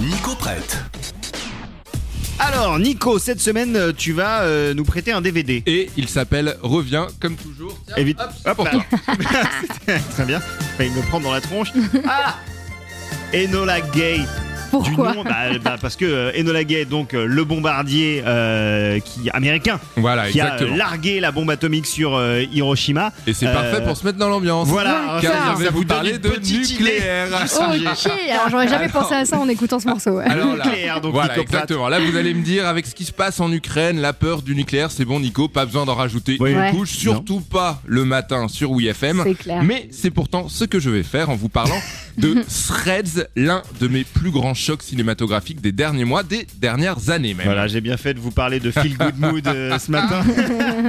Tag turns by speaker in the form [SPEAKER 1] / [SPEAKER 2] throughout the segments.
[SPEAKER 1] Nico prête.
[SPEAKER 2] Alors, Nico, cette semaine, euh, tu vas euh, nous prêter un DVD.
[SPEAKER 3] Et il s'appelle Reviens, comme toujours. Tiens,
[SPEAKER 2] Évite-
[SPEAKER 3] hop,
[SPEAKER 2] hop,
[SPEAKER 3] pour
[SPEAKER 2] là.
[SPEAKER 3] toi.
[SPEAKER 2] Très bien. Enfin, il me prend dans la tronche. Ah Enola Gay.
[SPEAKER 4] Pourquoi
[SPEAKER 2] du nom, bah, bah, Parce que euh, Enola Gay, donc euh, le bombardier euh, qui, américain,
[SPEAKER 3] Voilà,
[SPEAKER 2] qui a euh,
[SPEAKER 3] Ah, exactement.
[SPEAKER 2] largué la bombe atomique sur euh, Hiroshima.
[SPEAKER 3] Et c'est
[SPEAKER 2] Euh,
[SPEAKER 3] parfait pour se mettre dans l'ambiance.
[SPEAKER 2] Voilà,
[SPEAKER 4] Ouais,
[SPEAKER 3] Car
[SPEAKER 4] ça.
[SPEAKER 3] je vais
[SPEAKER 2] Ça
[SPEAKER 3] vous
[SPEAKER 2] vous donne
[SPEAKER 3] parler
[SPEAKER 2] une
[SPEAKER 3] de
[SPEAKER 2] petite idée.
[SPEAKER 3] nucléaire.
[SPEAKER 4] Ok, alors j'aurais jamais pensé à ça en écoutant ce morceau. ouais.
[SPEAKER 3] Alors là,
[SPEAKER 2] nucléaire, donc
[SPEAKER 3] voilà,
[SPEAKER 2] Nico Pratt.
[SPEAKER 3] exactement. Là, vous allez me dire, avec ce qui se passe en Ukraine, la peur du nucléaire, c'est bon, Nico, pas besoin d'en rajouter
[SPEAKER 2] Oui.
[SPEAKER 3] une
[SPEAKER 4] Ouais.
[SPEAKER 3] couche, surtout pas le matin sur WFM.
[SPEAKER 4] C'est clair.
[SPEAKER 3] Mais c'est pourtant ce que je vais faire en vous parlant de Threads, l'un de mes plus grands chocs cinématographiques des derniers mois, des dernières années même.
[SPEAKER 2] Voilà, j'ai bien fait de vous parler de Feel Good Mood euh, ce matin.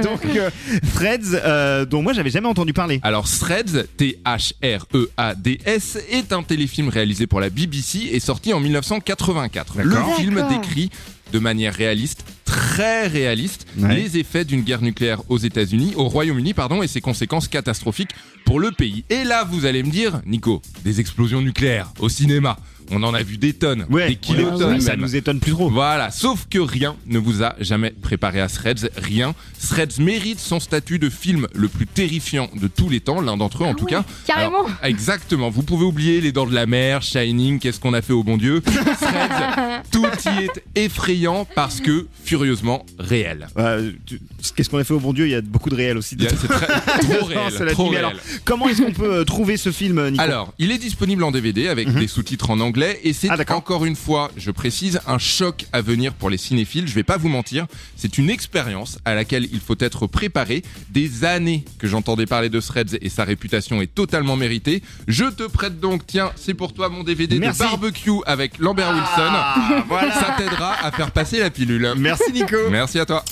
[SPEAKER 2] donc, euh, Threads, euh, dont moi j'avais jamais entendu parler.
[SPEAKER 3] Alors Threads, E T-H-R-E-A-D-S, est un téléfilm réalisé pour la BBC et sorti en 1984. Le
[SPEAKER 2] D'accord.
[SPEAKER 3] film
[SPEAKER 4] D'accord.
[SPEAKER 3] décrit de manière réaliste, très réaliste,
[SPEAKER 2] Ouais.
[SPEAKER 3] les effets d'une guerre nucléaire aux États-Unis, au Royaume-Uni, pardon, et ses conséquences catastrophiques pour le pays. Et là, vous allez me dire, Nico, des explosions nucléaires au cinéma, on en a vu des tonnes, des kilotonnes.
[SPEAKER 2] ça
[SPEAKER 3] même.
[SPEAKER 2] nous étonne plus trop.
[SPEAKER 3] Voilà, sauf que rien ne vous a jamais préparé à Threads, rien. Threads mérite son statut de film le plus terrifiant de tous les temps, l'un d'entre eux en tout cas.
[SPEAKER 4] Carrément
[SPEAKER 3] Alors, exactement, vous pouvez oublier Les Dents de la Mer, Shining, Qu'est-ce qu'on a fait au bon Dieu Threads, tout y est effrayant parce que furieusement réel.
[SPEAKER 2] Euh, tu- Qu'est-ce qu'on a fait au bon Dieu Il y a beaucoup de réels aussi.
[SPEAKER 3] Il y a- C'est très- trop réel,
[SPEAKER 2] cela dit,
[SPEAKER 3] trop
[SPEAKER 2] mais
[SPEAKER 3] réel.
[SPEAKER 2] alors, Comment est-ce qu'on peut euh, trouver ce film, Nico Mhm.
[SPEAKER 3] Alors, il est disponible en DVD avec des sous-titres en anglais et c'est
[SPEAKER 2] Ah, d'accord.
[SPEAKER 3] encore une fois, je précise, un choc à venir pour les cinéphiles. Je vais pas vous mentir, c'est une expérience à laquelle il faut être préparé. Des années que j'entendais parler de Threads et sa réputation est totalement méritée. Je te prête donc, tiens, c'est pour toi mon DVD
[SPEAKER 2] Merci.
[SPEAKER 3] de barbecue avec Lambert Wilson.
[SPEAKER 2] Ah, voilà.
[SPEAKER 3] Ça t'aidera à faire passer la pilule.
[SPEAKER 2] Merci Nico.
[SPEAKER 3] Merci à toi.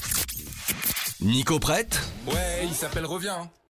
[SPEAKER 1] Nico prête
[SPEAKER 3] Ouais, il s'appelle Reviens. hein.